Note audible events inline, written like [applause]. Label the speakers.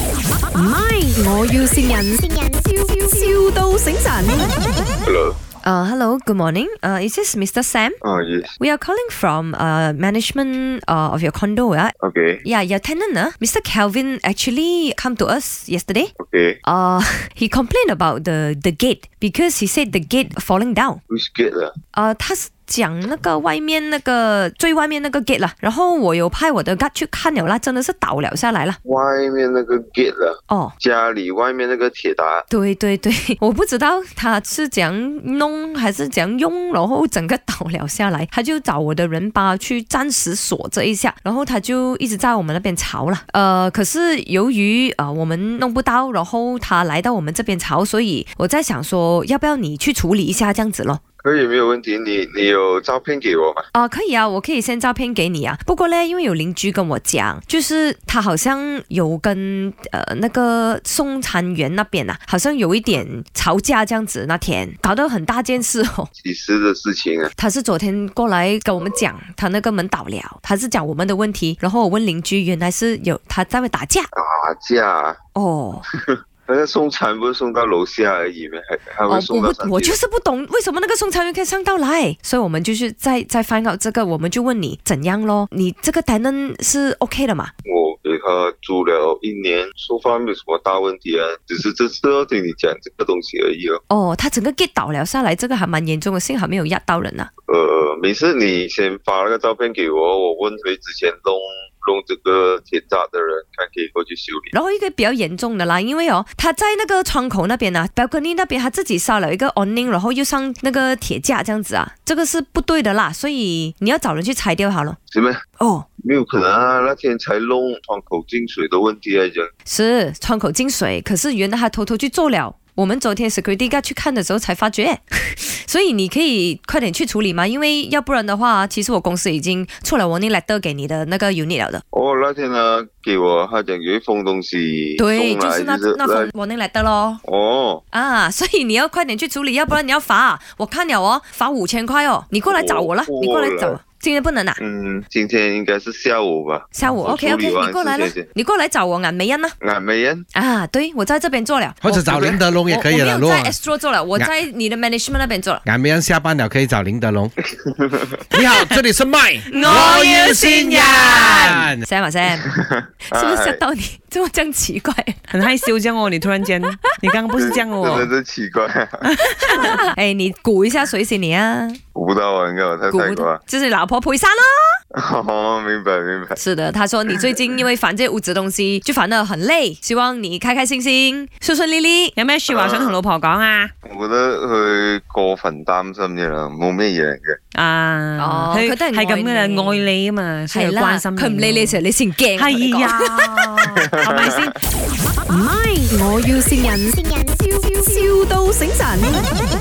Speaker 1: 唔係，我要善人，笑笑到醒神。
Speaker 2: Hello.
Speaker 3: Uh, hello, good morning. Uh, is this Mr. Sam?
Speaker 2: Oh, yes.
Speaker 3: We are calling from uh, management uh, of your condo. Yeah?
Speaker 2: Okay.
Speaker 3: yeah, your tenant, uh, Mr. Calvin, actually come to us yesterday.
Speaker 2: Okay.
Speaker 3: Uh, [laughs] he complained about the, the gate because he said the gate falling down.
Speaker 2: Which gate? lah?
Speaker 3: 呃，他是讲那个外面那个最外面那个 gate 啦，然后我有派我的 guard 去看了啦，真的是倒了下来了。
Speaker 2: 外面那个 gate 了，
Speaker 3: 哦，
Speaker 2: 家里外面那个铁达。
Speaker 3: 对对对， [laughs] 我不知道他是怎样弄还是怎样用，然后整个倒了下来，他就找我的人吧去暂时锁着一下，然后他就一直在我们那边吵了。呃，可是由于呃我们弄不到，然后他来到我们这边吵，所以我在想说要不要你去处理一下这样子咯。
Speaker 2: 可以，没有问题。你你有照片给我吗？
Speaker 3: 啊、可以啊，我可以先照片给你啊。不过呢，因为有邻居跟我讲，就是他好像有跟呃那个送餐员那边啊，好像有一点吵架这样子，那天搞得很大件事哦。
Speaker 2: 几时的事情啊？
Speaker 3: 他是昨天过来跟我们讲，他那个门倒了，他是讲我们的问题，然后我问邻居，原来是有他在外打架
Speaker 2: 打架啊、
Speaker 3: 哦。
Speaker 2: 那个送餐不是送到楼下而已吗？还还
Speaker 3: 哦
Speaker 2: 会，
Speaker 3: 我
Speaker 2: 送到上
Speaker 3: 不，我
Speaker 2: 面
Speaker 3: 就是不懂为什么那个送餐员可以上到来，所以我们就是在在翻到这个，我们就问你怎样咯，你这个 tenant 是 OK 的嘛？
Speaker 2: 我给他租了一年，收发没有什么大问题啊，只是这次要听你讲这个东西而已哦。
Speaker 3: 哦，他整个 get 倒了下来，这个还蛮严重的，幸好没有压到人啊。
Speaker 2: 呃，没事，你先发那个照片给我，我问回之前弄弄这个铁闸的人，看可以过去修理。
Speaker 3: 然后一个比较严重的啦，因为哦，他在那个窗口那边啊，balcony 那边他自己烧了一个 awning，然后又上那个铁架这样子啊，这个是不对的啦，所以你要找人去拆掉好了。
Speaker 2: 行吗？
Speaker 3: 哦，
Speaker 2: 没有可能啊！那天才弄窗口进水的问题啊，人
Speaker 3: 是窗口进水，可是原来他偷偷去做了。我们昨天 security guard 去看的时候才发觉， [laughs] 所以你可以快点去处理嘛，因为要不然的话，其实我公司已经出了 warning letter 给你的那个 unit 了的。
Speaker 2: 哦，那天呢给我他讲有一封东西
Speaker 3: 对，
Speaker 2: 送
Speaker 3: 就
Speaker 2: 来，
Speaker 3: 是那
Speaker 2: 就是
Speaker 3: 那封 warning letter 咯。
Speaker 2: 哦，
Speaker 3: 啊，所以你要快点去处理，要不然你要罚、我看了哦，罚五千块哦。你过来找我啦，
Speaker 2: 我
Speaker 3: 你过来找
Speaker 2: 过
Speaker 3: 我，今天不能啊，
Speaker 2: 嗯，今天应该是下午吧？
Speaker 3: 下午
Speaker 2: 我
Speaker 3: OK
Speaker 2: 哦处理
Speaker 3: OK，
Speaker 2: 完
Speaker 3: 你过来啦
Speaker 2: 谢谢，
Speaker 3: 你过来找我俺梅恩啦。
Speaker 2: 俺没人，
Speaker 3: 啊，对，我在这边做了，
Speaker 4: 或者找林德龙
Speaker 3: 我
Speaker 4: 也可以
Speaker 3: 我
Speaker 4: 了。啊
Speaker 3: 没
Speaker 4: 如
Speaker 3: 有
Speaker 4: 果
Speaker 3: 在 Astro 做了，我在你的 management 那边做了。
Speaker 4: 俺们人下班了，可以找林德龙。你好，这里是麦，
Speaker 3: 我要新
Speaker 4: 人。
Speaker 3: Sam
Speaker 2: [laughs]
Speaker 3: 啊
Speaker 2: 哎
Speaker 3: Sam，是不是吓到你？ [laughs] 怎么这样奇怪？ [laughs]
Speaker 5: 很害羞这样哦，你突然间，你刚刚不是这样哦
Speaker 2: 真。的是奇怪、
Speaker 3: 哎，你估一下谁是你啊？
Speaker 2: 我不知道啊，应该我太
Speaker 3: 估
Speaker 2: 太
Speaker 3: 不
Speaker 2: 过
Speaker 3: 到
Speaker 2: 了。，
Speaker 3: 就是老婆陪衫咯。
Speaker 2: [laughs] 哦，明白明白，
Speaker 3: 是的，他说你最近因为烦这屋子东西，就烦得很累，希望你开开心心、顺顺利利。
Speaker 5: 有咩说话想同老婆讲啊？
Speaker 2: 我覺得佢過分擔心嘅啦，冇咩嘢嚟嘅。
Speaker 5: 啊，
Speaker 3: 哦佢都係愛你
Speaker 5: 系咁噶啦，愛你啊嘛，所以
Speaker 3: 係
Speaker 5: 關心
Speaker 3: 佢唔理你嘅時候，你先驚。我同你
Speaker 5: 係
Speaker 3: 講
Speaker 5: 啊，係咪先？
Speaker 1: 唔係，我要善人，笑笑到醒神。